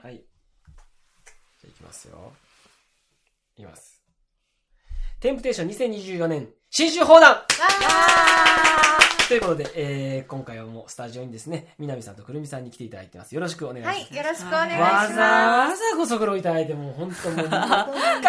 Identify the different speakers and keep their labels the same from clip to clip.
Speaker 1: はい。じゃあいきますよ。いきます。テンプテーション2024年、新州放談ということで、えー、今回はもうスタジオにですね、南さんとくるみさんに来ていただいてます。よろしくお願いしま
Speaker 2: は
Speaker 1: す。
Speaker 2: い、よろしくお願いし
Speaker 1: わざ
Speaker 2: ま
Speaker 1: わざご足労いただいて、もう本当もう、一回一回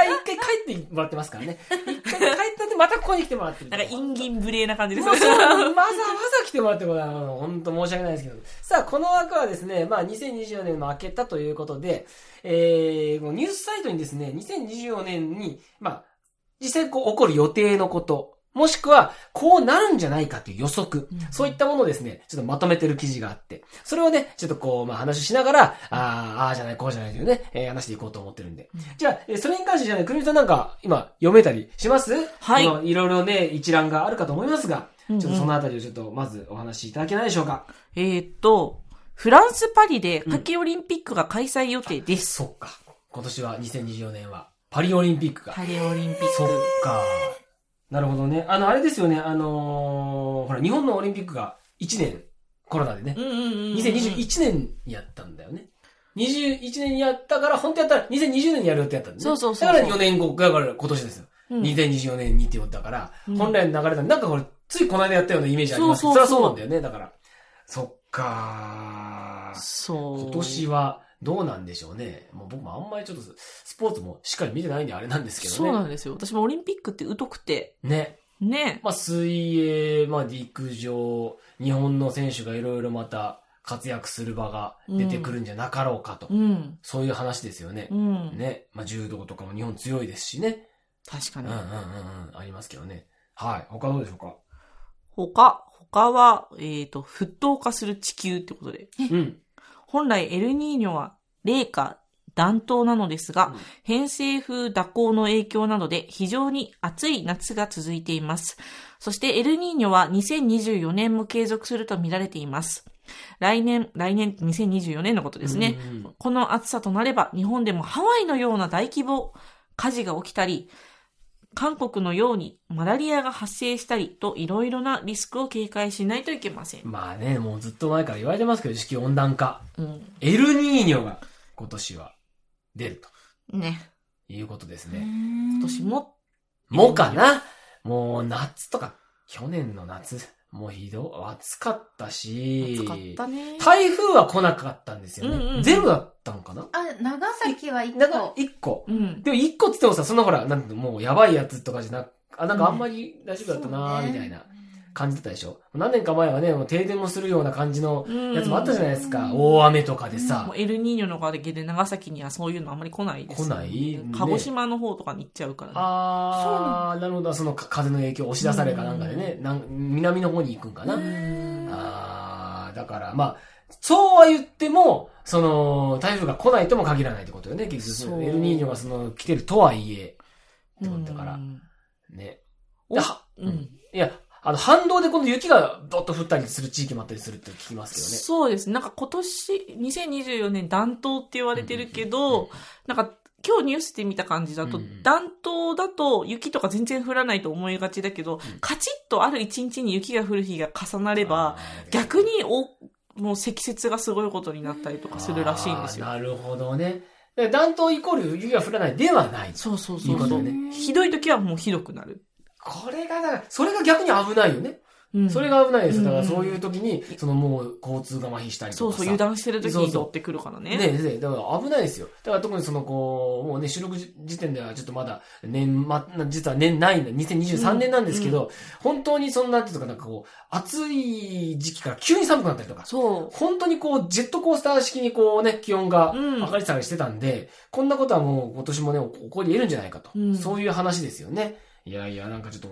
Speaker 1: 帰ってもらってますからね。一回帰ったって、またここに来てもらってる。
Speaker 3: なんか、陰銀無礼な 感じです
Speaker 1: もう そうわざわざ来てもらってもらうの、本当申し訳ないですけど。さあ、この枠はですね、まあ、2024年も明けたということで、えー、このニュースサイトにですね、2024年に、まあ、実際こう起こる予定のこと、もしくは、こうなるんじゃないかという予測
Speaker 3: うん、
Speaker 1: そういったものをですね、ちょっとまとめてる記事があって、それをね、ちょっとこう、まあ話ししながら、ああ、ああじゃない、こうじゃないというね、えー話していこうと思ってるんで。じゃあ、えーそれに関してじゃない、くるみさんなんか、今、読めたりします
Speaker 3: はい
Speaker 1: このいろいろね、一覧があるかと思いますが、ち
Speaker 3: う
Speaker 1: ょ
Speaker 3: んう
Speaker 1: っ
Speaker 3: ん
Speaker 1: とそのあたりをちょっと、まずお話しいただけないでしょうか。
Speaker 3: えーっと、フランス・パリで夏季オリンピックが開催予定です。
Speaker 1: そっか。今年は、2024年は、パリオリンピックが。
Speaker 3: パリオリンピック。
Speaker 1: そっか。なるほどね。あの、あれですよね、あのーほら、日本のオリンピックが1年、コロナでね
Speaker 3: う、んうんうんうん。
Speaker 1: 2021年にやったんだよね。21年にやったから、本当やったら2020年にやる予定だったんだね。
Speaker 3: そうそうそう
Speaker 1: だから4年後、だから今年ですよ。
Speaker 3: うん
Speaker 1: 2024年にってことだから、
Speaker 3: うん
Speaker 1: 本来の流れだ。なんかこれ、ついこの間やったようなイメージありますけど
Speaker 3: そ
Speaker 1: そう
Speaker 3: そうそ
Speaker 1: りゃそう
Speaker 3: う
Speaker 1: なんだよね、だから。そっかー
Speaker 3: そう。
Speaker 1: 今年はどうなんでしょうね。もう僕もあんまりちょっとスポーツもしっかり見てないんであれなんですけどね。
Speaker 3: そうなんですよ。私もオリンピックって疎くて。
Speaker 1: ね。
Speaker 3: ね。
Speaker 1: まあ、水泳、まあ、陸上、日本の選手がいろいろまた活躍する場が出てくるんじゃなかろうかと。
Speaker 3: うん。
Speaker 1: そういう話ですよね
Speaker 3: う。ん。
Speaker 1: ね。まあ、柔道とかも日本強いですしね。
Speaker 3: 確か
Speaker 1: うん
Speaker 3: に。
Speaker 1: うんうんうん。ありますけどね。はい。他どうでしょうか
Speaker 3: 他、他は、えっ、と、沸騰化する地球ってことで。
Speaker 1: うん。
Speaker 3: 本来エルニーニョは冷夏、暖冬なのですが、
Speaker 1: うん
Speaker 3: 偏西風蛇行の影響などで非常に暑い夏が続いています。そしてエルニーニョは2024年も継続すると見られています。来年、来年、2024年のことですね。
Speaker 1: うんうんうん。
Speaker 3: この暑さとなれば日本でもハワイのような大規模火事が起きたり、韓国のようにマラリアが発生したりといろいろなリスクを警戒しないといけません。
Speaker 1: まあね、もうずっと前から言われてますけど、地球温暖化。
Speaker 3: うん。
Speaker 1: エルニーニョが今年は出ると
Speaker 3: ね。
Speaker 1: いうことです
Speaker 2: す。
Speaker 1: ね。
Speaker 3: 今
Speaker 2: 今
Speaker 3: 年も
Speaker 1: もかなもう夏とか、去年の夏、もうひどい、暑かったし、
Speaker 3: 暑かったね。
Speaker 1: 台風は来なかったんですよね。
Speaker 3: うんうんうん
Speaker 1: ゼロだったのかな
Speaker 2: あ、長崎は一
Speaker 1: だから
Speaker 2: 個。
Speaker 1: 1個。
Speaker 3: うん。
Speaker 1: でも1個っつってもさ、そんなほら、なんてもうやばいやつとかじゃなく、あ、なんかあんまり大丈夫だったなーみたいな感じだったでしょ。何年か前はね、もう停電もするような感じのやつもあったじゃないですか。
Speaker 2: うん
Speaker 1: 大雨とかで
Speaker 2: ゃ
Speaker 1: さ
Speaker 3: も。うエルニーニョのおかげで長崎にはそういうのあんまり来ないです、
Speaker 1: 来ないね
Speaker 3: 鹿児島の方とかに行っちゃうからね。
Speaker 1: あー、なるほど。そのか風の影響、押し出されかなんかでね、なん南の方に行くんかな。
Speaker 3: うん
Speaker 1: あーだから、まあ、そうは言っても、その、台風が来ないとも限らないってことよね、結
Speaker 3: そ
Speaker 1: 局。
Speaker 3: う
Speaker 1: エルニーニョがその、来てるとはいえ、ってことだから
Speaker 3: う、ん
Speaker 1: ね。
Speaker 3: お
Speaker 1: では
Speaker 3: うん
Speaker 1: いや、あの、反動で今度雪がどっと降ったりする地域もあったりするって聞きますけどね。
Speaker 3: そうですね。なんか今年、2024年暖冬って言われてるけど、なんか今日ニュースで見た感じだと、
Speaker 1: うんうん
Speaker 3: 暖冬だと雪とか全然降らないと思いがちだけど、
Speaker 1: ん
Speaker 3: カチッとある一日に雪が降る日が重な
Speaker 1: 例
Speaker 3: れば、、逆にお、もう積雪がすごいことになったりとかするらしいんですよ
Speaker 1: あ。ーなるほどね。で暖冬イコール雪が降らないではない。
Speaker 3: そうそう
Speaker 1: い
Speaker 3: そ
Speaker 1: いうこ
Speaker 3: そ
Speaker 1: と
Speaker 3: う、
Speaker 1: ね
Speaker 3: ひどい時はもうひどくなる。
Speaker 1: これが、だから、それが逆に危ないよね。
Speaker 3: うん
Speaker 1: それが危ないですよ。だから
Speaker 3: うん
Speaker 1: そういう時に、そのもう交通が麻痺したりと
Speaker 3: そ
Speaker 1: か
Speaker 3: う
Speaker 1: さ。
Speaker 3: そう、油断してる時
Speaker 1: そう
Speaker 3: に
Speaker 1: そう
Speaker 3: 乗ってくるからね。
Speaker 1: ねえねえだから危ないですよ。だから特にそのこう、もうね、収録時時点ではちょっとまだ年、ま、実は年ないんだ、2023年なんですけど、本当にそんな、なんていうのかなんかこう、暑い時期から急に寒くなったりとか、
Speaker 3: そ
Speaker 1: 本当にこう、ジェットコースター式にこうね、気温が
Speaker 3: うん
Speaker 1: 上がり下がりしてたんで、こんなことはもう今年もね、起こり得るんじゃないかと。
Speaker 3: うん
Speaker 1: そういう話ですよね。いやいや、なんかちょっと、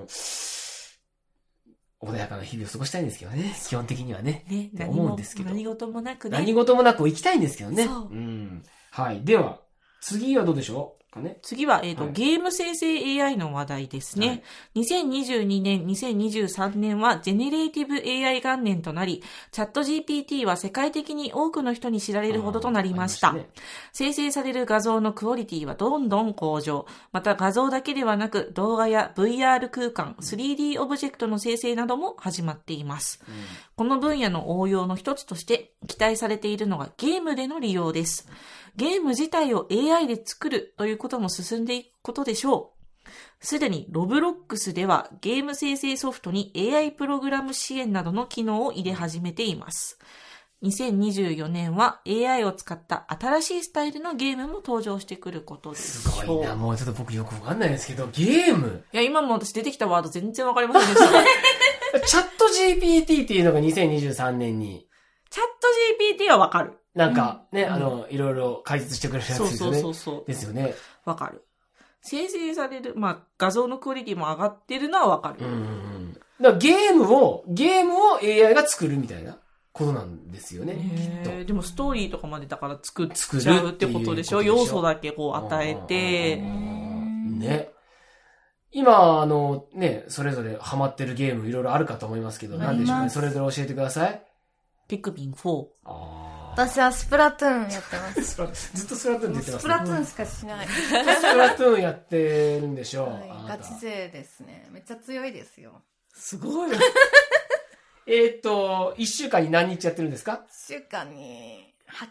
Speaker 1: 穏やかな日々を過ごしたいんですけどね、基本的にはね。
Speaker 3: う。ね、
Speaker 1: って
Speaker 3: 何
Speaker 1: 思うん
Speaker 3: も
Speaker 1: ですけど
Speaker 3: 何事もなくね。
Speaker 1: 何事もなく行きたいんですけどね。
Speaker 3: そう
Speaker 1: うん。はい。では、次はどうでしょうかね。
Speaker 3: 次は、えっ、と、
Speaker 1: はい
Speaker 3: ゲーム生成 AI の話題ですね。
Speaker 1: はい
Speaker 3: 2022年、2023年はジェネレーティブ AI 元年となり、チャット GPT は世界的に多くの人に知られるほどとなりまし
Speaker 1: あ
Speaker 3: た。
Speaker 1: りね
Speaker 3: 生成される画像のクオリティはどんどん向上。また画像だけではなく動画や VR 空間、3D オブジェクトの生成なども始まっています。
Speaker 1: うん
Speaker 3: この分野の応用の一つとして期待されているのがゲームでの利用です。ゲーム自体を AI で作るということも進んでいくことでしょう。すでにロブロックスではゲーム生成ソフトに AI プログラム支援などの機能を入れ始めています。2024年は AI を使った新しいスタイルのゲームも登場してくることです。
Speaker 1: すごいな。もうちょっと僕よくわかんないですけど、ゲーム。
Speaker 3: いや、今も私出てきたワード全然わかりませんで した。
Speaker 1: チャット GPT っていうのが2023年に、
Speaker 3: チャット GPT はわかる。
Speaker 1: なんかね、
Speaker 3: うん
Speaker 1: あの、いろいろ解説してくれるやつ
Speaker 3: そう
Speaker 1: です
Speaker 3: そ
Speaker 1: よ
Speaker 3: う
Speaker 1: ね。
Speaker 3: そうそう。
Speaker 1: ですよね。
Speaker 3: わかる。生成される、まあ、画像のクオリティも上がってるのはわか
Speaker 1: う
Speaker 3: る。
Speaker 1: んうんうん。だからゲームを、ゲームを AI が作るみたいなことなんですよね、きっ
Speaker 3: へー
Speaker 1: と。
Speaker 3: でもストーリーとかまでだから作っ
Speaker 1: 作
Speaker 3: ちゃうってことでしょ
Speaker 1: るっていうことで
Speaker 3: 要
Speaker 1: しょ
Speaker 3: 素だけこう与えて、
Speaker 1: うんね。今、あの、ね、それぞれハマってるゲームいろいろあるかと思いますけど、
Speaker 3: あり
Speaker 1: なんでしょう
Speaker 2: ま
Speaker 1: ね。
Speaker 2: す
Speaker 1: それぞれ教えてください。
Speaker 3: ピクミン4。
Speaker 1: あ
Speaker 2: 私はスプラトゥーンやってます。
Speaker 1: スプラずっとスプラトゥーン出
Speaker 2: もう
Speaker 1: て
Speaker 2: ス
Speaker 1: ます
Speaker 2: プ
Speaker 1: ね
Speaker 2: ラ。トゥーンしかしない。
Speaker 1: スプラトゥーンやってるんでしょう。
Speaker 2: はい
Speaker 1: あな
Speaker 2: ガ
Speaker 1: た
Speaker 2: チ勢ですね。めっちゃ強いですよ。
Speaker 3: すごい。
Speaker 1: えっ、と、一週間に何日やってるんですか
Speaker 2: 一週間に、は、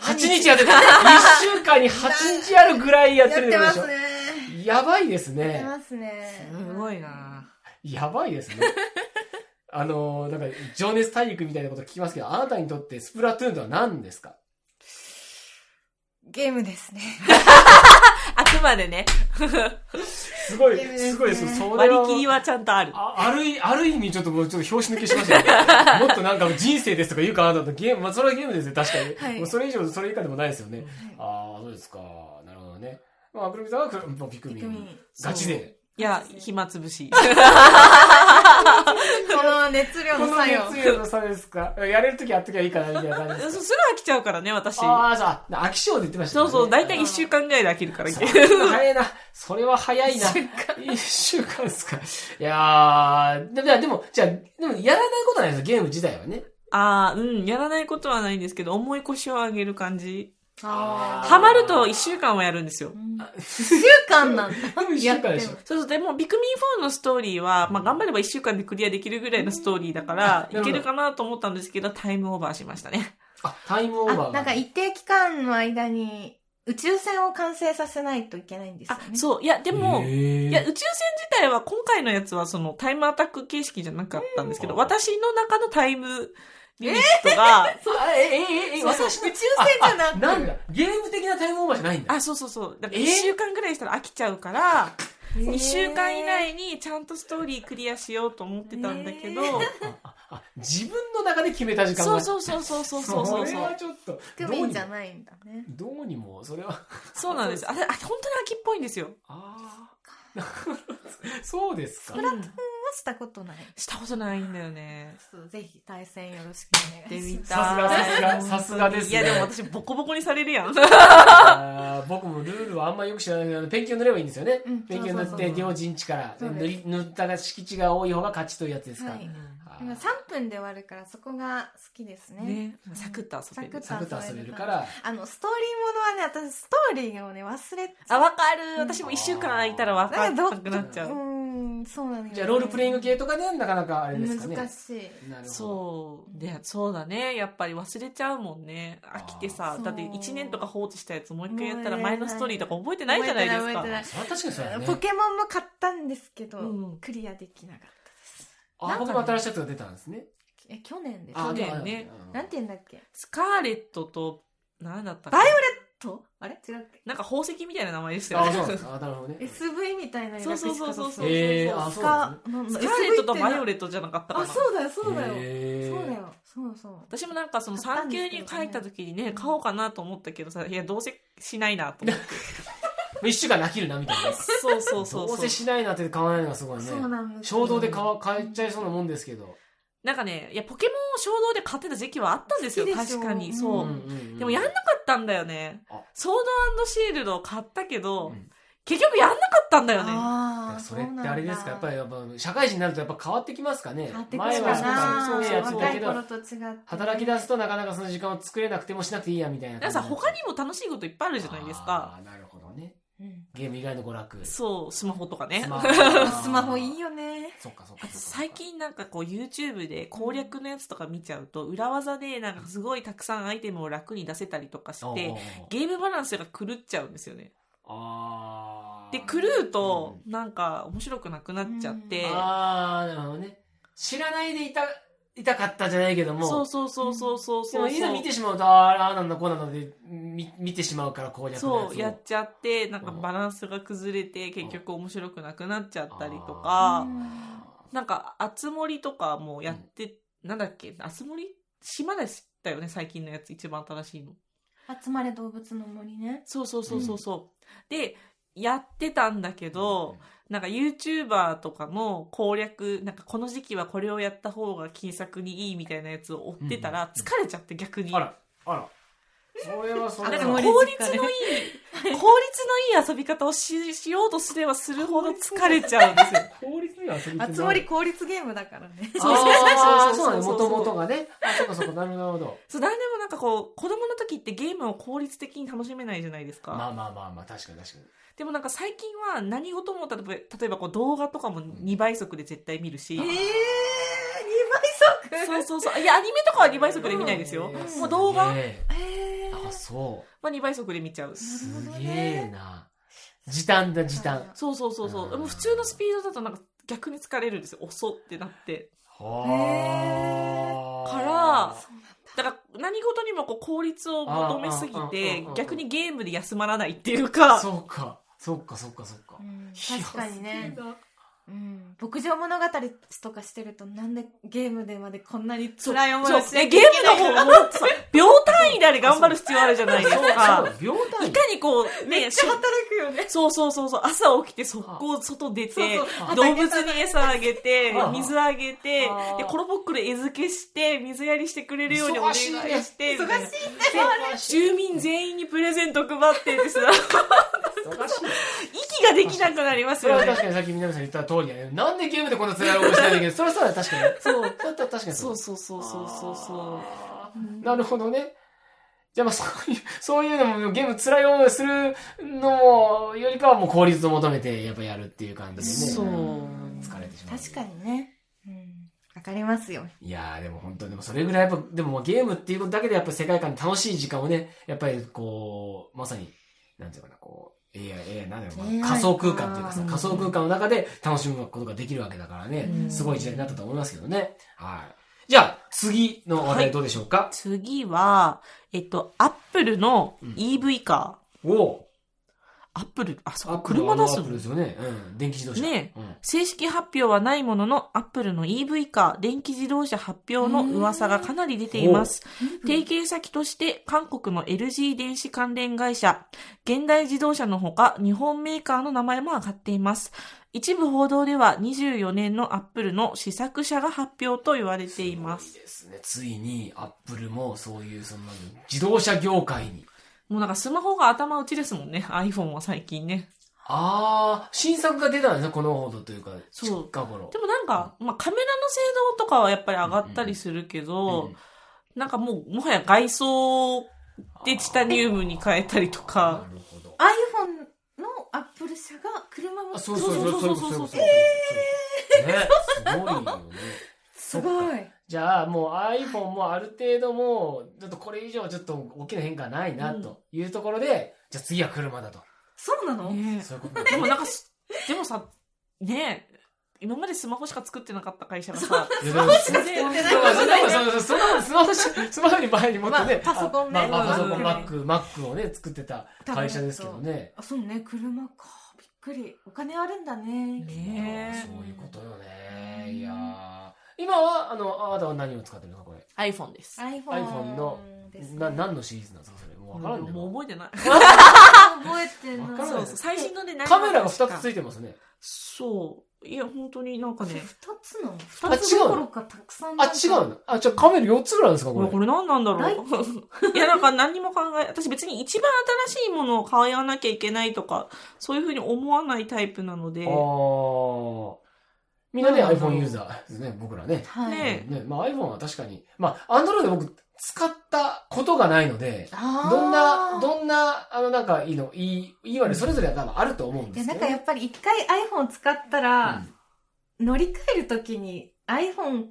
Speaker 1: ?8
Speaker 2: 7
Speaker 1: 日やってる。一週間に8日やるぐらいやってるでしょ。
Speaker 2: やってますね。
Speaker 1: やばいです
Speaker 2: やって
Speaker 1: ね。
Speaker 2: ますね。
Speaker 3: すごいな
Speaker 1: やばいです ね。あのー、なんか、情熱大陸みたいなこと聞きますけど、あなたにとってスプラトゥーンとは何ですか
Speaker 2: ゲームですね。
Speaker 3: あくまで ね、
Speaker 1: すごい、
Speaker 2: ゲームですね
Speaker 1: すごいです。それ
Speaker 3: 割
Speaker 1: は
Speaker 3: り切りはちゃんとある。
Speaker 1: ああるい、ある意味ちょっともうちょっと表紙抜けしましたよ、 もっとなんか人生ですとか言うかなと思ったらゲーム、まあそれはゲームですね、確かに。
Speaker 2: はい
Speaker 1: もうそれ以上、それ以下でもないですよね。
Speaker 2: はい
Speaker 1: ああ、そうですか。なるほどね。まあ、くるみさんはくるまあピクミ
Speaker 2: ピクミ
Speaker 1: ン。
Speaker 2: ン
Speaker 1: ガチで。
Speaker 3: いや、暇つぶし。
Speaker 2: この熱量
Speaker 1: こ
Speaker 2: の
Speaker 1: の
Speaker 2: 作用。
Speaker 1: 熱量の差ですかやれるときやっときゃいいかな、みたいな感じです
Speaker 3: そ
Speaker 1: か。
Speaker 3: うすぐ飽きちゃうからね、 私。
Speaker 1: ああ、さあ、飽き性で言ってました
Speaker 3: そうそう、だいたい
Speaker 1: 一
Speaker 3: 1週間ぐらいで飽きるから。
Speaker 1: 週間。早いな。それは早いな。
Speaker 2: 瞬
Speaker 1: 一週間ですか。いやー、でも、でも、じゃあ、でも、やらないことはないですよ、ゲーム自体はね。
Speaker 3: ああ、うん、やらないことはないんですけど、重い腰を上げる感じ。
Speaker 1: あー
Speaker 3: ハマると1週間はやるんですよ。
Speaker 2: 一週間なんだ。
Speaker 1: でも一週間でし
Speaker 2: やって
Speaker 1: ょ
Speaker 2: ま。
Speaker 3: そうそう、でも、ビクミン4のストーリーは、まあ、頑張れば1週間でクリアできるぐらいのストーリーだから、
Speaker 1: うん
Speaker 3: いけるかなと思ったんですけど、タイムオーバーしましたね。
Speaker 1: あ、タイムオーバ
Speaker 2: あ、
Speaker 1: ーが。
Speaker 2: なんか一定期間の間に宇宙船を完成させないといけないんですよ
Speaker 3: あ
Speaker 2: ね。、
Speaker 3: そう、いや、でも、
Speaker 1: へ
Speaker 3: い
Speaker 1: ー
Speaker 3: や、宇宙船自体は、今回のやつは、その、タイムアタック形式じゃなかったんですけど、
Speaker 1: うん
Speaker 3: 私の中のタイムリミットが、
Speaker 1: あえ、え、え、え、
Speaker 2: そうそう
Speaker 1: 私の
Speaker 2: 宇宙船じゃなくて。
Speaker 1: なんだ。ゲーム的なタイムオーバーじゃないんだ。
Speaker 3: あ、そうそうそう、だから
Speaker 1: え
Speaker 3: 1週間ぐらいしたら飽きちゃうから、
Speaker 2: へー
Speaker 3: 2週間以内にちゃんとストーリークリアしようと思ってたんだけ
Speaker 2: え
Speaker 3: ど、
Speaker 1: あああ自分の中で決めた時間
Speaker 3: そう
Speaker 1: が
Speaker 3: そうそうそうそうそうそう
Speaker 1: それはちょっと
Speaker 2: ピク
Speaker 1: ど
Speaker 2: ミ
Speaker 1: う
Speaker 2: ン
Speaker 1: に
Speaker 2: じゃ
Speaker 1: も
Speaker 2: ないんだね。
Speaker 1: どうにもそれは
Speaker 3: そうなんです。あれ、あれ本当に秋っぽいんですよ。
Speaker 1: ああ そうですか
Speaker 3: うん
Speaker 2: まあしたことない。
Speaker 3: したことないんだよね。
Speaker 2: ちょっとぜひ対戦よろしくお願いします。
Speaker 1: さすがさすがですね
Speaker 3: いや、でも私、ボコボコにされるやん。
Speaker 1: あー僕もルールはあんまよく知らないけどペンキを塗ればいいんですよね、
Speaker 2: うん
Speaker 1: ペンキを塗
Speaker 2: そ
Speaker 1: っ
Speaker 2: うそう
Speaker 1: て
Speaker 2: そう
Speaker 1: 両陣地から
Speaker 2: そう
Speaker 1: 塗
Speaker 2: です
Speaker 1: り塗った敷地が多い方が勝ちというやつですから、
Speaker 2: はい
Speaker 1: あー
Speaker 2: 今3分で終わるからそこが好きですね。
Speaker 3: ね、サクッと遊べ
Speaker 2: サ
Speaker 3: る
Speaker 2: ク。
Speaker 1: サクッと遊べるから
Speaker 2: あの、ストーリーものはね、私ストーリーをね、忘れちゃ
Speaker 3: あ、わかる。私も一週間空いたらわかんなくなっちゃ
Speaker 2: う。う
Speaker 3: う。
Speaker 2: ん、そうなんだよね
Speaker 1: じゃあロールプレイング系とかでなかなかあれですかね
Speaker 2: 難しい。
Speaker 1: なるほど
Speaker 3: そう。で、そうだね。やっぱり忘れちゃうもんね。飽きてさ
Speaker 2: あ、ー
Speaker 3: だって1年とか放置したやつもう一回やった
Speaker 2: もうやら
Speaker 3: ら
Speaker 2: ない
Speaker 3: 前のストーリーとか覚えてないじゃないです
Speaker 2: 覚えて
Speaker 3: か。
Speaker 2: ない
Speaker 1: それは確かにそうだね
Speaker 2: ポケモンも買ったんですけど、
Speaker 3: うん
Speaker 2: クリアできなかった
Speaker 1: あ僕も新しいやつが出たんですね
Speaker 2: え去年です
Speaker 1: あ
Speaker 3: 去年ね
Speaker 1: でもあの
Speaker 2: なんて言うんだっけ
Speaker 3: スカーレットと、何だったっけ
Speaker 2: バイオレットあれ違うっけ
Speaker 3: なんか宝石みたいな名前ですよ
Speaker 1: あそうなん
Speaker 3: ね
Speaker 1: で。すあなるほど ね
Speaker 2: SV みたいな色
Speaker 3: そうそうそうそうそう
Speaker 1: えーあそうなん
Speaker 3: スカーレットとバイ
Speaker 2: レ
Speaker 3: オ
Speaker 2: ッ
Speaker 3: レットじゃなかったか
Speaker 2: あ
Speaker 3: な。
Speaker 2: そうだよそうだよ、
Speaker 1: へー
Speaker 2: そうだよそうそう
Speaker 3: 私もなんかその
Speaker 2: 買った
Speaker 3: 産
Speaker 2: んで
Speaker 3: 休
Speaker 2: すけど
Speaker 3: に
Speaker 2: ね
Speaker 3: 帰った時にね、買おうかなと思ったけどさ、いや、どうせしないなと思って。
Speaker 1: 一週間で飽きるなみたいな
Speaker 3: そうそうそう
Speaker 1: どう
Speaker 3: そ
Speaker 1: せ
Speaker 3: う。
Speaker 1: しないなって買わないのがすごいね
Speaker 2: そうなんですよ
Speaker 1: 衝動で買わ買っちゃいそうなもんですけど、
Speaker 3: なんかね、いや、ポケモンを衝動で買ってた時期はあったんですよ、
Speaker 2: 好きでしょ
Speaker 3: 確かに。
Speaker 1: う
Speaker 3: そ
Speaker 1: ん
Speaker 3: う。
Speaker 1: うんうん
Speaker 3: でもやんなかったんだよね
Speaker 1: あ。
Speaker 3: ソードシールドを買ったけど、
Speaker 1: うん
Speaker 3: 結局やんなかったんだよね。
Speaker 2: あー
Speaker 1: それっ
Speaker 2: うなん
Speaker 1: て
Speaker 2: だ
Speaker 1: あれですかやっぱりやっぱ社会人になるとやっぱ変わってきますかね
Speaker 2: 買ってくる
Speaker 1: 前
Speaker 2: か
Speaker 1: は
Speaker 2: な
Speaker 1: そ
Speaker 3: そうう
Speaker 1: そう
Speaker 3: そう
Speaker 1: やってた
Speaker 2: 若
Speaker 1: け
Speaker 2: い
Speaker 1: ど
Speaker 2: 頃と違って
Speaker 1: 働き出すとなかなかその時間を作れなくてもしなくていいやみたいな
Speaker 3: だからさ、他にも楽しいこといっぱいあ
Speaker 1: あ
Speaker 3: るじゃないですか。
Speaker 1: あーなるほどね
Speaker 2: うん
Speaker 1: ゲーム以外の娯楽。
Speaker 3: そう、スマホとかね。
Speaker 2: スマホいいよね。
Speaker 1: そっかそっかそっかそっか。
Speaker 3: 最近なんかこう YouTube で攻略のやつとか見ちゃうと、裏技でなんかすごいたくさんアイテムを楽に出せたりとかし
Speaker 1: おうおうお
Speaker 3: て
Speaker 1: う、
Speaker 3: ゲームバランスが狂っちゃうんですよね。
Speaker 1: あ
Speaker 3: で、
Speaker 1: ー
Speaker 3: 狂うと、なんか面白くなくなっちゃって、
Speaker 1: あー、なるほどね。知らないでいた、いたかったじゃないけども。
Speaker 3: そうそうそうそうそう
Speaker 1: で
Speaker 3: そ
Speaker 1: も
Speaker 3: う。
Speaker 1: いざ見てしまうと、あーあー、なんだこうなので、み見てしまうから攻略のやつを
Speaker 3: そう、やっちゃって、なんかバランスが崩れて、結局面白くなくなっちゃったりとか、
Speaker 1: あ
Speaker 3: なんか、あつ森とかもやって、なんだっけ、あつ森島でしたよね、最近のやつ、一番新しいの。
Speaker 2: 集まれ動物の森ね。
Speaker 3: そうそうそうそうそう。で、やってたんだけど、なんか YouTuber とかの攻略、なんかこの時期はこれをやった方が金策にいいみたいなやつを追ってた
Speaker 1: う
Speaker 3: ら、
Speaker 1: ん
Speaker 3: 疲れちゃって逆に。
Speaker 1: あら、あら。それはそ
Speaker 3: なん
Speaker 1: れ
Speaker 3: か
Speaker 1: は
Speaker 3: 効
Speaker 2: あ
Speaker 3: 率
Speaker 2: で
Speaker 1: う
Speaker 2: も
Speaker 1: ん
Speaker 3: のいい、効率のいい遊び方をししようとすればするほど疲れちゃうん ですよ。
Speaker 1: 効率のいい遊びって
Speaker 2: 集まり効率ゲームだからね。
Speaker 3: そうそう
Speaker 1: あー
Speaker 3: そうそうそうそう
Speaker 1: そうもともとがね。あ、そこそこ、なるほどなるほど。
Speaker 3: そう、誰でもなんかこう、子供の時ってゲームを効率的に楽しめないじゃないですか。
Speaker 1: まあまあまあまあ、確かに確かに。
Speaker 3: でもなんか最近は何事も、例えば例えばこう動画とかも2倍速で絶対見るし。
Speaker 2: ええ二倍
Speaker 3: そう
Speaker 2: 速
Speaker 3: そうそう。いや、アニメとかは2倍速で見ないです
Speaker 1: う
Speaker 3: よ。
Speaker 1: ん
Speaker 3: もう動画
Speaker 1: すげ
Speaker 3: は
Speaker 1: え
Speaker 2: えー
Speaker 1: あ、そ
Speaker 3: 2倍速で見ちゃう。
Speaker 1: う。す
Speaker 2: なるほど
Speaker 1: げえ
Speaker 2: ね
Speaker 1: な。時短だ、時短。
Speaker 3: そうそうそうそう。
Speaker 1: うん
Speaker 3: でも普通のスピードだとなんか逆に疲れるんですよ。遅ってなって。
Speaker 1: はあ。
Speaker 3: から
Speaker 2: そうなんだ。
Speaker 3: だから何事にもこう効率を求めすぎ
Speaker 1: あーあーあー
Speaker 3: て
Speaker 1: あーあー、
Speaker 3: 逆にゲームで休まらないっていうか。
Speaker 1: そうか、そうか、そうか、そうか
Speaker 2: う。ん確かにね
Speaker 1: い、や。
Speaker 2: うん、牧場物語とかしてるとなんでゲームでまでこんなに
Speaker 3: そう
Speaker 2: 辛い思い
Speaker 3: そ
Speaker 2: を
Speaker 3: う
Speaker 2: し
Speaker 3: ね
Speaker 2: なき
Speaker 3: ゲ
Speaker 2: ゃ
Speaker 3: ー
Speaker 2: いけない
Speaker 3: ムの方もさ、秒単位であれ頑張る必要あるじゃないです
Speaker 1: そう
Speaker 3: か。
Speaker 1: そう、秒単
Speaker 3: い
Speaker 1: 位。
Speaker 3: かにこう、
Speaker 2: め
Speaker 3: ね
Speaker 2: っ、ちゃ働くよね
Speaker 3: そうそうそうそう、朝起きて速攻外出て
Speaker 2: そう
Speaker 1: そ、う
Speaker 3: 動物に餌あげて
Speaker 1: あ、
Speaker 3: 水あげて
Speaker 1: あ、
Speaker 3: で、コロボックで餌付けして、水やりしてくれるようにお願いして、みたいな
Speaker 2: 忙しい
Speaker 1: 忙しい。
Speaker 3: 住民全員にプレゼント配ってです
Speaker 1: 忙しい。
Speaker 3: 息ができなくなります
Speaker 1: それ
Speaker 3: よ
Speaker 1: は
Speaker 3: ね
Speaker 1: 確。かにさっき南さん言った通りだね。なんでゲームでこんな辛い思いしないといけないそれはそうだ、確かに。そう。それは確かに
Speaker 3: そうそうそうそうそうそう。
Speaker 1: あ
Speaker 2: う
Speaker 1: ー
Speaker 2: ん
Speaker 1: なるほどね。じゃあまあそういう、そういうのもゲーム辛い思いをするのも、よりかはもう効率を求めてやっぱやるっていう感じでね。
Speaker 3: そう
Speaker 1: 疲れてしまう
Speaker 2: 確かにね、うん、わかりますよ
Speaker 1: いやーでも本当にでもそれぐらいやっぱ、でももうゲームっていうことだけでやっぱ世界観楽しい時間をね、やっぱりこう、まさに、なんていうのかな、こう、AI、AI、なんだろう
Speaker 2: AI
Speaker 1: 仮想空間というかさ、
Speaker 3: か
Speaker 1: 仮想空間の中で楽しむことができるわけだからね、
Speaker 3: うん
Speaker 1: すごい時代になったと思いますけどね。はい。じゃあ、次の話題どうでしょうか、
Speaker 3: 次は、えっと、アップルの
Speaker 1: うん
Speaker 3: EV カ
Speaker 1: おお
Speaker 3: ー。アップル、あ、そ
Speaker 1: アッ
Speaker 3: う、
Speaker 1: プル
Speaker 3: 車出
Speaker 1: アッ
Speaker 3: す
Speaker 1: プル
Speaker 3: の
Speaker 1: ですよね。うん。電気自動車。
Speaker 3: ね
Speaker 1: うん。
Speaker 3: 正式発表はないものの、アップルの EV カー、電気自動車発表の噂がかなり出ています。提携先として、韓国の LG 電子関連会社、現代自動車のほか、日本メーカーの名前も上がっています。一部報道では、24年のアップルの試作車が発表と言われています。
Speaker 1: ごいですね。ついに、アップルもそういう、その、自動車業界に。
Speaker 3: もうなんかスマホが頭打ちですもんね、iPhone は最近ね。
Speaker 1: ああ、新作が出たんですね、このほどというか、
Speaker 3: そう
Speaker 1: 近頃。
Speaker 3: でもなんか、まあカメラの性能とかはやっぱり上がったりするけど、
Speaker 1: うん
Speaker 3: なんかもう、もはや外装でチタニウムに変えたりとか。
Speaker 1: なるほど。
Speaker 2: iPhone のアップル社が車も
Speaker 1: あそうそうそうそうそうそうそう。
Speaker 3: え
Speaker 1: えね、すごいよね。
Speaker 2: すごい
Speaker 1: じゃあもう iPhone もある程度もうちょっとこれ以上ちょっと大きな変化はないなというところで、じゃあ次は車だと。
Speaker 2: そうなの、
Speaker 3: ね
Speaker 1: そういうこと
Speaker 3: で
Speaker 1: で
Speaker 3: もなんかす、でもさ、ねえ、今までスマホしか作ってなかった会社がさ、
Speaker 1: スマホし
Speaker 3: 全然
Speaker 2: 作ってない
Speaker 1: そうそうそうそうそうスマホしスマホに前にもっとね、
Speaker 2: まあパソコンね
Speaker 1: あまあまあパソコ
Speaker 3: う
Speaker 1: ン、
Speaker 3: ん
Speaker 1: Mac、Mac をね、作ってた会社ですけどね。
Speaker 2: あそうね車かびっくりお金あるんだね
Speaker 3: ねえ
Speaker 1: そういうことよね。いやー今は、あの、あなたは何を使ってるのか、これ。
Speaker 3: iPhone です。
Speaker 2: iPhone,
Speaker 1: iPhone の
Speaker 2: ですね
Speaker 1: な、何のシリーズなんですか、それ。もうわからんね。
Speaker 3: もう覚え てない。
Speaker 2: 覚えて
Speaker 1: わ
Speaker 2: な
Speaker 1: から
Speaker 2: い
Speaker 3: そ
Speaker 1: な
Speaker 3: う
Speaker 1: い
Speaker 3: そう、最新ので何
Speaker 1: カメラが2つついてますね。
Speaker 3: そう。いや、本当になんかね、
Speaker 2: 二つの
Speaker 1: あ
Speaker 2: 二つどころかたくさん
Speaker 1: あ、違うのあ、じゃあカメラ4つぐらいあるんですか、こ
Speaker 3: こ
Speaker 1: れ
Speaker 3: れ、。これ何なんだ
Speaker 2: ラ
Speaker 3: ろ
Speaker 2: イ
Speaker 3: う。いや、なんか何にも考え、私別に一番新しいものを買わなきゃいけないとか、そういうふうに思わないタイプなので、
Speaker 1: ああ。みんなね、
Speaker 3: なんだろう
Speaker 1: iPhone ユーザーですね、僕らね。
Speaker 2: はい、
Speaker 3: ねえ
Speaker 1: ね、まあ iPhone は確かに、まあ Android 僕使ったことがないので、
Speaker 2: あー
Speaker 1: どんな、どんな、あの、なんか、いいの、いい、いいわね、それぞれが多分あると思うん
Speaker 2: い
Speaker 1: で
Speaker 2: や
Speaker 1: す
Speaker 2: な
Speaker 1: け
Speaker 2: ん
Speaker 1: ど。
Speaker 2: かやっぱり一回 iPhone 使ったら、
Speaker 1: うん
Speaker 2: 乗り換えるときに iPhone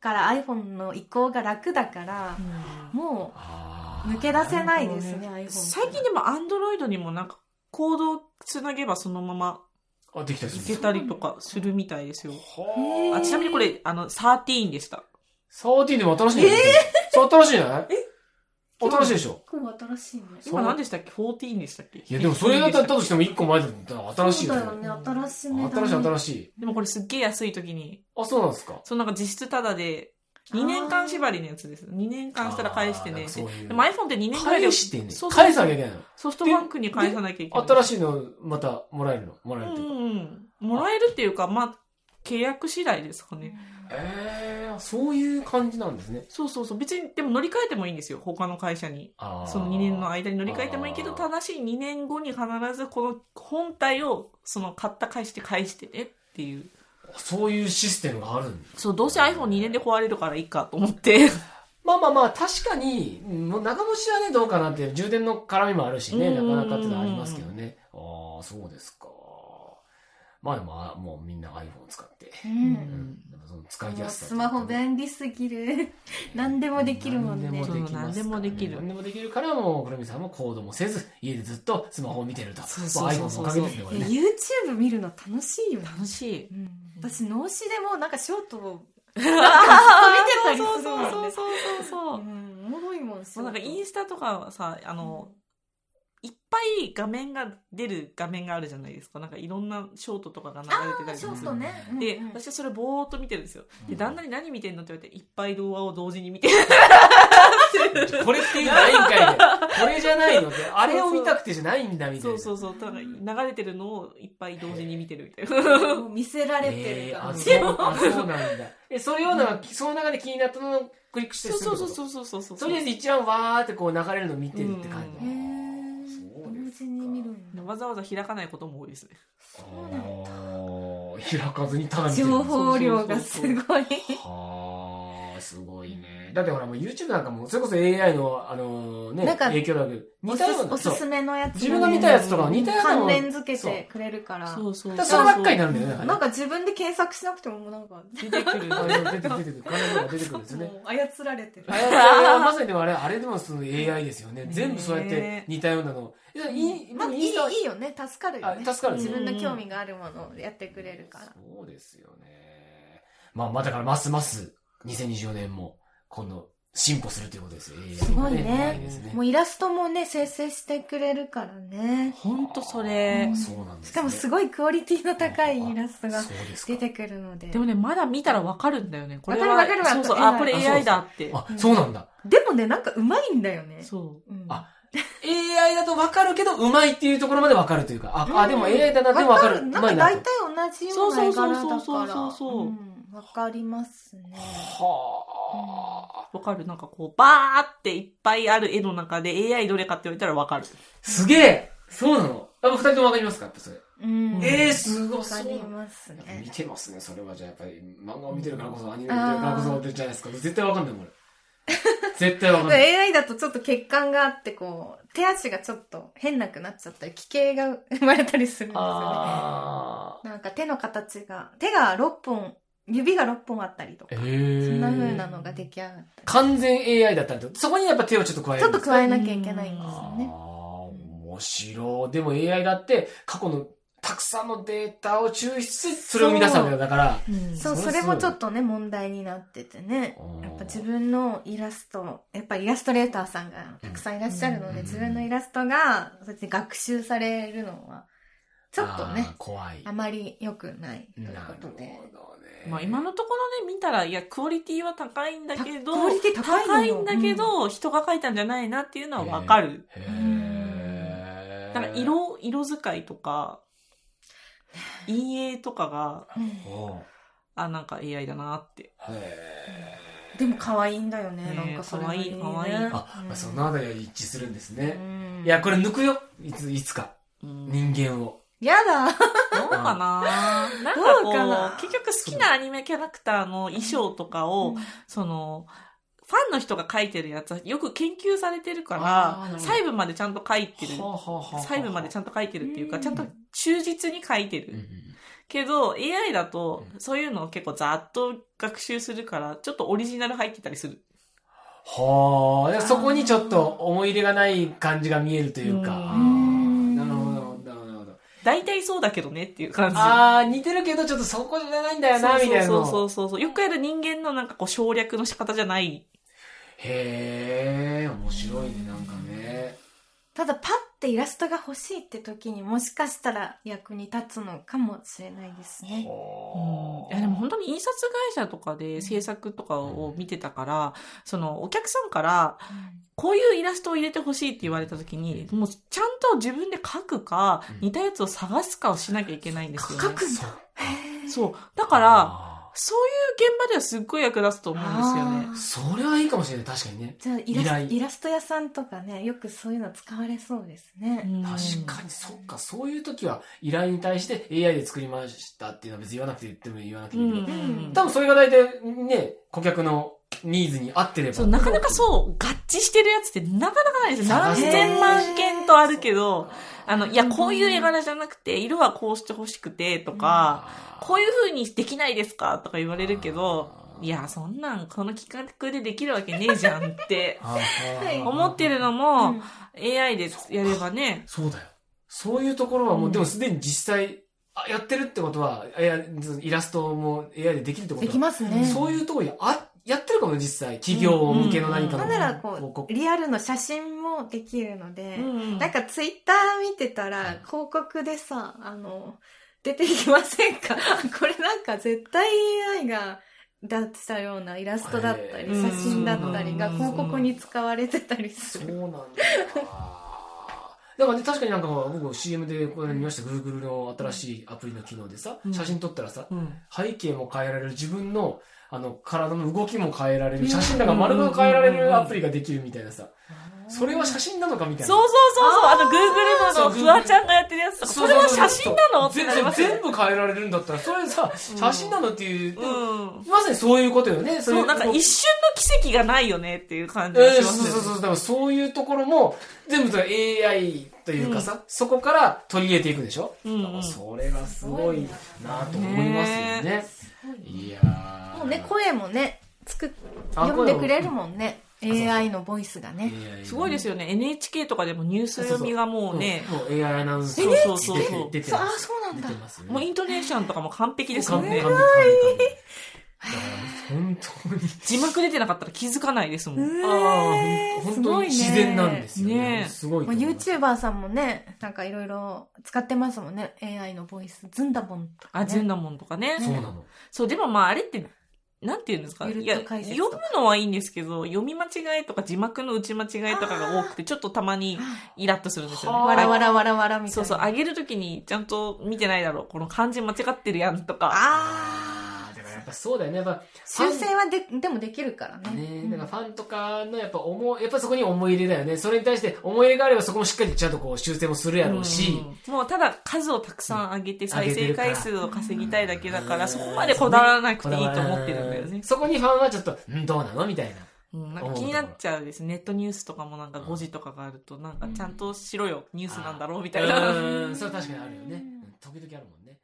Speaker 2: から iPhone の移行が楽だから、も
Speaker 1: あ
Speaker 2: う
Speaker 1: ー
Speaker 2: 抜け出せないですね、iPhone。
Speaker 3: 最近でもアンドロイドにもなんかコードをつなげばそのまま
Speaker 1: あ、できたり
Speaker 3: い
Speaker 1: す
Speaker 3: け
Speaker 1: るんで
Speaker 3: たりとかするみたいですよ。
Speaker 1: すは
Speaker 2: へ
Speaker 1: あ
Speaker 2: ー
Speaker 3: あちなみにこれ、あの、13でした。
Speaker 1: 13でも新しいんだよ。そう、新しいんじゃないえ新しいでしょ。
Speaker 2: 今新しいね。
Speaker 1: そう
Speaker 3: 今何でしたっけ ?14 でしたっけ
Speaker 1: いや、でもそれがだった
Speaker 3: で
Speaker 1: としても1個前だったら新しい
Speaker 2: そう
Speaker 1: よ
Speaker 2: だ
Speaker 1: ね
Speaker 2: よ。ね、新しめだ、
Speaker 1: 新
Speaker 2: ね。
Speaker 1: しい、新
Speaker 2: しい。
Speaker 1: しい。
Speaker 3: もこれすっげえ安い時に、
Speaker 1: あ、そうなんですか。
Speaker 3: そのなんか実質タダで、2年間縛りのやつです。2年間したら返して
Speaker 1: あーな
Speaker 3: ね
Speaker 1: んか。そういう
Speaker 3: でも iPhone って2年間
Speaker 1: 返してね
Speaker 3: そう。そう
Speaker 1: 返さなきゃいけないの。
Speaker 3: ソフトバンクに返さなきゃいけない。
Speaker 1: 新しいの、またもらえるの。もらえるっていううん
Speaker 3: うん。もらえるっていうか、まあ、契約次第ですかね。
Speaker 1: か。えー、そういう感じなんですね。
Speaker 3: そうそうそう。別に、でも乗り換えてもいいんですよ。他の会社に。
Speaker 1: あー
Speaker 3: その2年の間に乗り換えてもいいけど、
Speaker 1: あー
Speaker 3: 正しい2年後に必ずこの本体を、その買った会社で返してねっていう。
Speaker 1: そういうシステムがあるんだ
Speaker 3: そう、どうせ iPhone2 年で壊れるからいいかと思って。
Speaker 1: まあまあまあ、確かに、もう長持ちはね、どうかなっていう、充電の絡みもあるしね、
Speaker 3: うん
Speaker 1: なかなかっていうのはありますけどね。ああ、そうですか。まあでも、あもうみんな iPhone 使って。う
Speaker 2: う。
Speaker 1: んん。やっぱその使いやすさと
Speaker 2: ス
Speaker 1: いうかね。
Speaker 2: マホ便利すぎる。何でもできるもんね。
Speaker 1: 何でもできますからね
Speaker 3: そう何でもできる
Speaker 1: 何でもできるから、もう、くるみさんも行動もせず、家でずっとスマホを見てると。
Speaker 3: そうそうそうそう
Speaker 1: まあ iPhone のおかげですね、これ
Speaker 2: いや
Speaker 1: ね。
Speaker 2: YouTube 見るの楽しいよね。
Speaker 3: 楽し い。
Speaker 2: うん、私、脳死でもなんかショートを
Speaker 3: あ
Speaker 2: 見てたりするもんね
Speaker 3: そうそうそうそうう。も
Speaker 2: ん、おもろいもん、
Speaker 3: うなんかインスタとかはさ、あの、いっぱい画面が出る画面があるじゃないですか。なんかいろんなショートとかが流れてたり
Speaker 2: ショ
Speaker 3: とか
Speaker 2: ー
Speaker 3: す
Speaker 2: ト
Speaker 3: る。
Speaker 2: ね。
Speaker 3: で、
Speaker 2: うんうん
Speaker 3: 私はそれぼーっと見てるんですよ。
Speaker 1: う
Speaker 3: で、
Speaker 1: ん
Speaker 3: 旦那に何見てんのって言われて、いっぱい動画を同時に見てる。
Speaker 1: これって いうのないんかいで。これじゃないので、あれを見たくてじゃないんだ、みたい
Speaker 3: そ
Speaker 1: な。。
Speaker 3: うそううそう。ただ流れてるのをいっぱい同時に見てるみたいな。
Speaker 2: もう見せられて
Speaker 1: え
Speaker 2: る
Speaker 1: ー、
Speaker 2: 感
Speaker 1: あ、
Speaker 2: じ。
Speaker 1: そうあそうなんだ。え、そういうのが、その中で気になったのをクリックして
Speaker 3: そう
Speaker 1: するってこ
Speaker 3: そう
Speaker 1: と
Speaker 3: そうそうそうそうそ
Speaker 1: と
Speaker 3: う。
Speaker 1: りあえず一覧わーってこう流れるの見てるって感
Speaker 3: う
Speaker 1: じ。
Speaker 3: ん
Speaker 1: あーそうですか
Speaker 2: んだ
Speaker 3: わざわざ開かないことも多いですね。
Speaker 2: そうなんだ
Speaker 1: あー開かずにただ見てる。
Speaker 2: 情報量がすごい。
Speaker 1: はあ、すごいね。だってほら、もう YouTube なんかも、それこそ AI の、あのね、
Speaker 2: なんか
Speaker 1: 影響だけど、似
Speaker 2: お
Speaker 1: た
Speaker 2: す
Speaker 1: ような、
Speaker 2: おす
Speaker 1: そう
Speaker 2: すめのやつもね
Speaker 1: 自分が見たやつとか似たやつも
Speaker 2: 関連付けてくれるから。
Speaker 3: そうそう
Speaker 1: だからそればっかりになるんだよね。だ
Speaker 2: なん
Speaker 1: か
Speaker 2: か自分で検索しなくてもなんか、
Speaker 3: 出てくる。
Speaker 1: らあの出てくる、出てくる、関連が出てくるんですよね。
Speaker 2: もう操られてる。
Speaker 1: あれはまさにでもあれ、あれでもその AI ですよね。全部そうやって似たようなの。いや、いい、
Speaker 2: まあ、いい
Speaker 1: インスタ
Speaker 2: いいよね。助かるよね。
Speaker 1: あ助かる
Speaker 2: 自分の興味があるものをやってくれるから。
Speaker 1: そうですよね。まあ、まあ、だからますます2024年も今度進歩するということですよ。
Speaker 2: すごいね
Speaker 1: AI ですね
Speaker 2: もうイラストもね、生成してくれるからね。
Speaker 3: ほんとそれ
Speaker 1: あー。そうなんです、ね。
Speaker 2: しかもすごいクオリティの高いイラストが
Speaker 1: そうですか
Speaker 2: 出てくるので。
Speaker 3: でもね、まだ見たらわかるんだよね。これは。
Speaker 2: わかるわかるわ
Speaker 3: そうそう。あ、これ
Speaker 1: あそうそう
Speaker 3: AI だって。
Speaker 1: あ、そうなんだ。
Speaker 2: でもね、なんかうまいんだよね。
Speaker 3: そう。
Speaker 2: うん
Speaker 1: あ AI だと分かるけど、うまいっていうところまで分かるというか、あ、あでも
Speaker 2: うん
Speaker 1: AI だな、でも
Speaker 2: わ
Speaker 1: 分かる。う
Speaker 2: なん
Speaker 1: ま
Speaker 2: か
Speaker 1: いな
Speaker 2: 大体
Speaker 1: と。
Speaker 2: 同じような絵柄だから。
Speaker 3: そうそうそうそうそう
Speaker 2: うんわかりますね。
Speaker 1: はあ。
Speaker 3: わかるなんかこう、バーっていっぱいある絵の中で AI どれかって言われたらわかる。
Speaker 1: すげえそうなのやっぱ二人とも分かりますかやっぱそれ。
Speaker 2: うん
Speaker 1: えー、すごい。
Speaker 2: わかり
Speaker 1: そう
Speaker 2: ます
Speaker 1: なんだ見
Speaker 2: ね。
Speaker 1: てますね、それは。じゃあやっぱり、漫画を見てるからこそ、アニメを見てるからこそってじゃないですか。絶対分かんない もん、俺。絶対分かんない。
Speaker 2: AI だとちょっと欠陥があって、こう、手足がちょっと変なくなっちゃったり、奇形が生まれたりするんですよね。
Speaker 1: あ
Speaker 2: なんか手の形が、手が6本、指が6本あったりとか
Speaker 1: ー。、そ
Speaker 2: そんな風なのが出来上がっ
Speaker 1: 完全 AI だったんだそこにやっぱ手をちょっと加
Speaker 2: た。
Speaker 1: え
Speaker 2: ち
Speaker 1: る
Speaker 2: ょ
Speaker 1: ん
Speaker 2: っ
Speaker 1: で
Speaker 2: と
Speaker 1: すか
Speaker 2: 加えなきゃいけないんですよね。
Speaker 1: ああ、面白い。でも AI だって過去のたくさんのデータを抽出してそれを生み出したわけだだから。
Speaker 2: そう、
Speaker 1: そ
Speaker 2: そ
Speaker 1: れ
Speaker 2: れ
Speaker 1: はそう
Speaker 2: もちょっとね、問題になっててね。やっぱ自
Speaker 1: 分
Speaker 2: 分のイラスト、やっぱイラストレーターさんがたくさんいらっしゃるの
Speaker 1: うん
Speaker 2: で、自分のイラストが、そうやって学習されるのは、ちょっとね、
Speaker 1: 怖い。
Speaker 2: あ
Speaker 1: な
Speaker 2: まり良くないという
Speaker 1: る
Speaker 2: こ
Speaker 1: ほ
Speaker 2: と
Speaker 1: どね
Speaker 2: で。。
Speaker 3: まあ今のところね、見たら、いや、クオリティは高いんだけど、
Speaker 2: たクオリティ高いのよ
Speaker 3: んだけど、人が描いたんじゃないなっていうのはわかる。
Speaker 1: へえ。
Speaker 3: だから色、色使いとか、 陰影とかが、
Speaker 2: うん
Speaker 1: おう。
Speaker 3: あ、なんか AI だなって。
Speaker 1: へえ。
Speaker 2: でも可愛いんだよね、
Speaker 3: ね
Speaker 2: なんかそれなりにね
Speaker 3: 可愛い可愛
Speaker 1: あ、
Speaker 3: い
Speaker 1: まあ、そ
Speaker 2: うん
Speaker 1: のあたりは一致するんですね。
Speaker 2: うん
Speaker 1: いや、これ抜くよ。いつ、いつか。
Speaker 3: うん
Speaker 1: 人間を。
Speaker 2: やだ
Speaker 3: どうか ななん
Speaker 2: どうか
Speaker 3: か
Speaker 2: な
Speaker 3: こう、結局好きなアニメキャラクターの衣装とかを、その、ファンの人が書いてるやつはよく研究されてる
Speaker 1: あー
Speaker 3: か
Speaker 1: なる
Speaker 3: ら、
Speaker 1: ほど
Speaker 3: 細部までちゃんと書いてる。細
Speaker 1: 細
Speaker 3: 部までちゃんと書いてるっていうか、
Speaker 2: うん
Speaker 3: ちゃんと忠実に書いてる。けど、AI だと、そういうのを結構ざっと学習するから、ちょっとオリジナル入ってたりする。
Speaker 1: はあ、でそこにちょっと思い入れがない感じが見えるというか。あ
Speaker 3: う
Speaker 1: ー
Speaker 2: ん
Speaker 1: なるほど、なるほどなるほど、なるほど。
Speaker 3: 大体そうだけどねっていう感じ。
Speaker 1: ああ、似てるけど、ちょっとそこじゃないんだよな、みたいなの。
Speaker 3: そうそうそうそう。よくやる人間のなんかこう省略の仕方じゃない。
Speaker 1: へえ、面白いね、なんかね。
Speaker 2: ただパッてイラストが欲しいって時にもしかしたら役に立つのかもしれないですね。
Speaker 1: ほ
Speaker 3: いやでも本当に印刷会社とかで制作とかを見てたから、そのお客さんから、こういうイラストを入れてほしいって言われた時に、もうちゃんと自分で書くか、
Speaker 1: うん
Speaker 3: 似たやつを探すかをしなきゃいけないんですよ、ね。
Speaker 1: くんだ。
Speaker 3: そう。だ
Speaker 1: か
Speaker 3: から、、そういう現場ではすっごい役立つと思うんですよね。
Speaker 2: あー
Speaker 1: それはいいかもしれない、確かにね。
Speaker 2: じゃあイラ
Speaker 1: 依
Speaker 2: ス
Speaker 1: 頼
Speaker 2: イラスト屋さんとかねよくそういうの使われそうですね。
Speaker 3: うん
Speaker 1: 確かに、そっか、そういう時は依頼に対して AI で作りましたっていうのは別に言わなくて言っても言わなくていいけど、
Speaker 3: うん
Speaker 1: 多分それが大体ね、顧客のニーズに合ってれば。
Speaker 3: そう、なかなかそう、合致してるやつってなかなかないですよ。
Speaker 1: 探
Speaker 3: 何
Speaker 1: す
Speaker 3: 千万件とあるけ
Speaker 1: う
Speaker 3: ど、あの、いや、こういう絵柄じゃなくて、色はこうしてほしくて、とか、こういう風にできないですかとか言われるけど、いや、そんなん、この企画でできるわけねえじゃん って、
Speaker 1: はい
Speaker 3: 思ってるの
Speaker 2: う
Speaker 3: も
Speaker 2: ん、
Speaker 3: AI でやればね、
Speaker 1: そうだよ。そういうところはもう、
Speaker 3: うん
Speaker 1: でもすでに実際、あやってるってことは、いやイラストも AI でできるってこと
Speaker 2: で
Speaker 1: は
Speaker 2: きますね。
Speaker 1: そういうところにあやってるかもね実際。企業向けの何かの。
Speaker 2: なんならこ
Speaker 1: 広告
Speaker 2: うリアルの写真もできるので、
Speaker 3: うん
Speaker 2: なんかツイッター見てたら広告でさあの出てきませんか これなんか絶対 AI が出したようなイラストだった
Speaker 1: へ
Speaker 2: り
Speaker 1: ー
Speaker 2: 写真だったりが
Speaker 3: うん
Speaker 2: 広告に使われてたりす
Speaker 1: そう
Speaker 2: る。
Speaker 1: なんだ。だからね、確かになんか僕 CM でこれ見ました、Google の新しいアプリの機能でさ
Speaker 3: う、ん
Speaker 1: 写真撮ったらさ、
Speaker 3: うん
Speaker 1: 背景も変えられる、自分のあの体の動きも変えられる、写真だから丸ごと変えられるアプリができるみたいなさ、それは写真なのかみたいな。
Speaker 3: そうそうそうそう、あの、Google の
Speaker 1: そう
Speaker 3: フワちゃんがやってるやつとか、それは写真なのって
Speaker 1: 全
Speaker 3: なり
Speaker 1: 然
Speaker 3: ますよね
Speaker 1: 全部変えられるんだったら、それさ、写真なのっていう、
Speaker 3: うん。
Speaker 1: まさにそういうことよね。
Speaker 3: そう、なんか
Speaker 1: 一
Speaker 3: 一瞬の奇跡がないよねっていう感じ
Speaker 1: え
Speaker 3: が
Speaker 1: え
Speaker 3: しま
Speaker 1: そうそ
Speaker 3: す
Speaker 1: う
Speaker 3: よ
Speaker 1: そう。
Speaker 3: ね。
Speaker 1: だからそういうところも、全部それ AI というかさ、そこから取り入れていくでしょ、
Speaker 3: うんうん
Speaker 1: だからそれがすごいなと思いますよね。いやー
Speaker 2: もうね声もね作っ
Speaker 1: あ
Speaker 2: 読んでくれ
Speaker 1: 声
Speaker 2: る
Speaker 1: も
Speaker 2: もんね
Speaker 1: うそう
Speaker 2: AI のボイスがね。
Speaker 1: AI
Speaker 3: すごいです
Speaker 1: よ
Speaker 3: よね。NHK とかでもニュース読みがもうね、
Speaker 1: もう AI アナウンス
Speaker 3: そうそうそうそう
Speaker 1: 出て
Speaker 2: そうあ
Speaker 1: ま
Speaker 2: ー
Speaker 1: す。
Speaker 2: そうなん
Speaker 1: 出
Speaker 2: だ
Speaker 1: て。ますよね。
Speaker 3: もうイントネーションとかも完璧ですもんね
Speaker 1: 完。璧完璧完璧だから本当に。
Speaker 3: 字幕出てなかったら気づかないですもん。
Speaker 1: ああ、ほん本当に自然なんですよね。
Speaker 3: ねえ
Speaker 1: すごいと
Speaker 2: まあ、
Speaker 1: 思います。
Speaker 2: YouTuber さんもね、なんかいろいろ使ってますもんね。AI のボイス。ズンダボンとか、ね。
Speaker 3: あ、ずんだもんとかね。
Speaker 1: そうなの。
Speaker 3: そう、でもまああれって、なんて言うんですか
Speaker 2: ゆるっ
Speaker 3: い
Speaker 2: と
Speaker 3: や、
Speaker 2: 解説
Speaker 3: 読む
Speaker 2: とか
Speaker 3: のはいいんですけど、読み間違いとか字幕の打ち間違いとかが多くて、ちょっとたまにイラッとするんですよね。
Speaker 1: はあ
Speaker 2: わらわらわらわらみたいな。
Speaker 3: そうそう、上げるときにちゃんと見てないだろう。この漢字間違ってるやんとか。
Speaker 1: ああ、だからやっぱそうだよね。やっぱ
Speaker 2: 修正はででもできるからね。
Speaker 1: ね
Speaker 2: うん
Speaker 1: なんかファンとかのやっぱ思い、やっぱそこに思い入れだよね。それに対して思い入れがあればそこもしっかりちゃんとこう修正もするやろうし。
Speaker 3: うんもうただ数をたくさん上げて再生回数を稼ぎたいだけだから、
Speaker 1: うん
Speaker 3: そこまでこだわらなくていいと思ってるんだよね。
Speaker 1: そこにファンはちょっと、んどうなのみたいな。
Speaker 3: うん、なんか気になっちゃうです。ネットニュースとかもなんか5時とかがあると、なんかちゃんとしろよ、ニュースなんだろうみたいな。
Speaker 1: うん、それは確かにあるよね。うん時々あるもんね。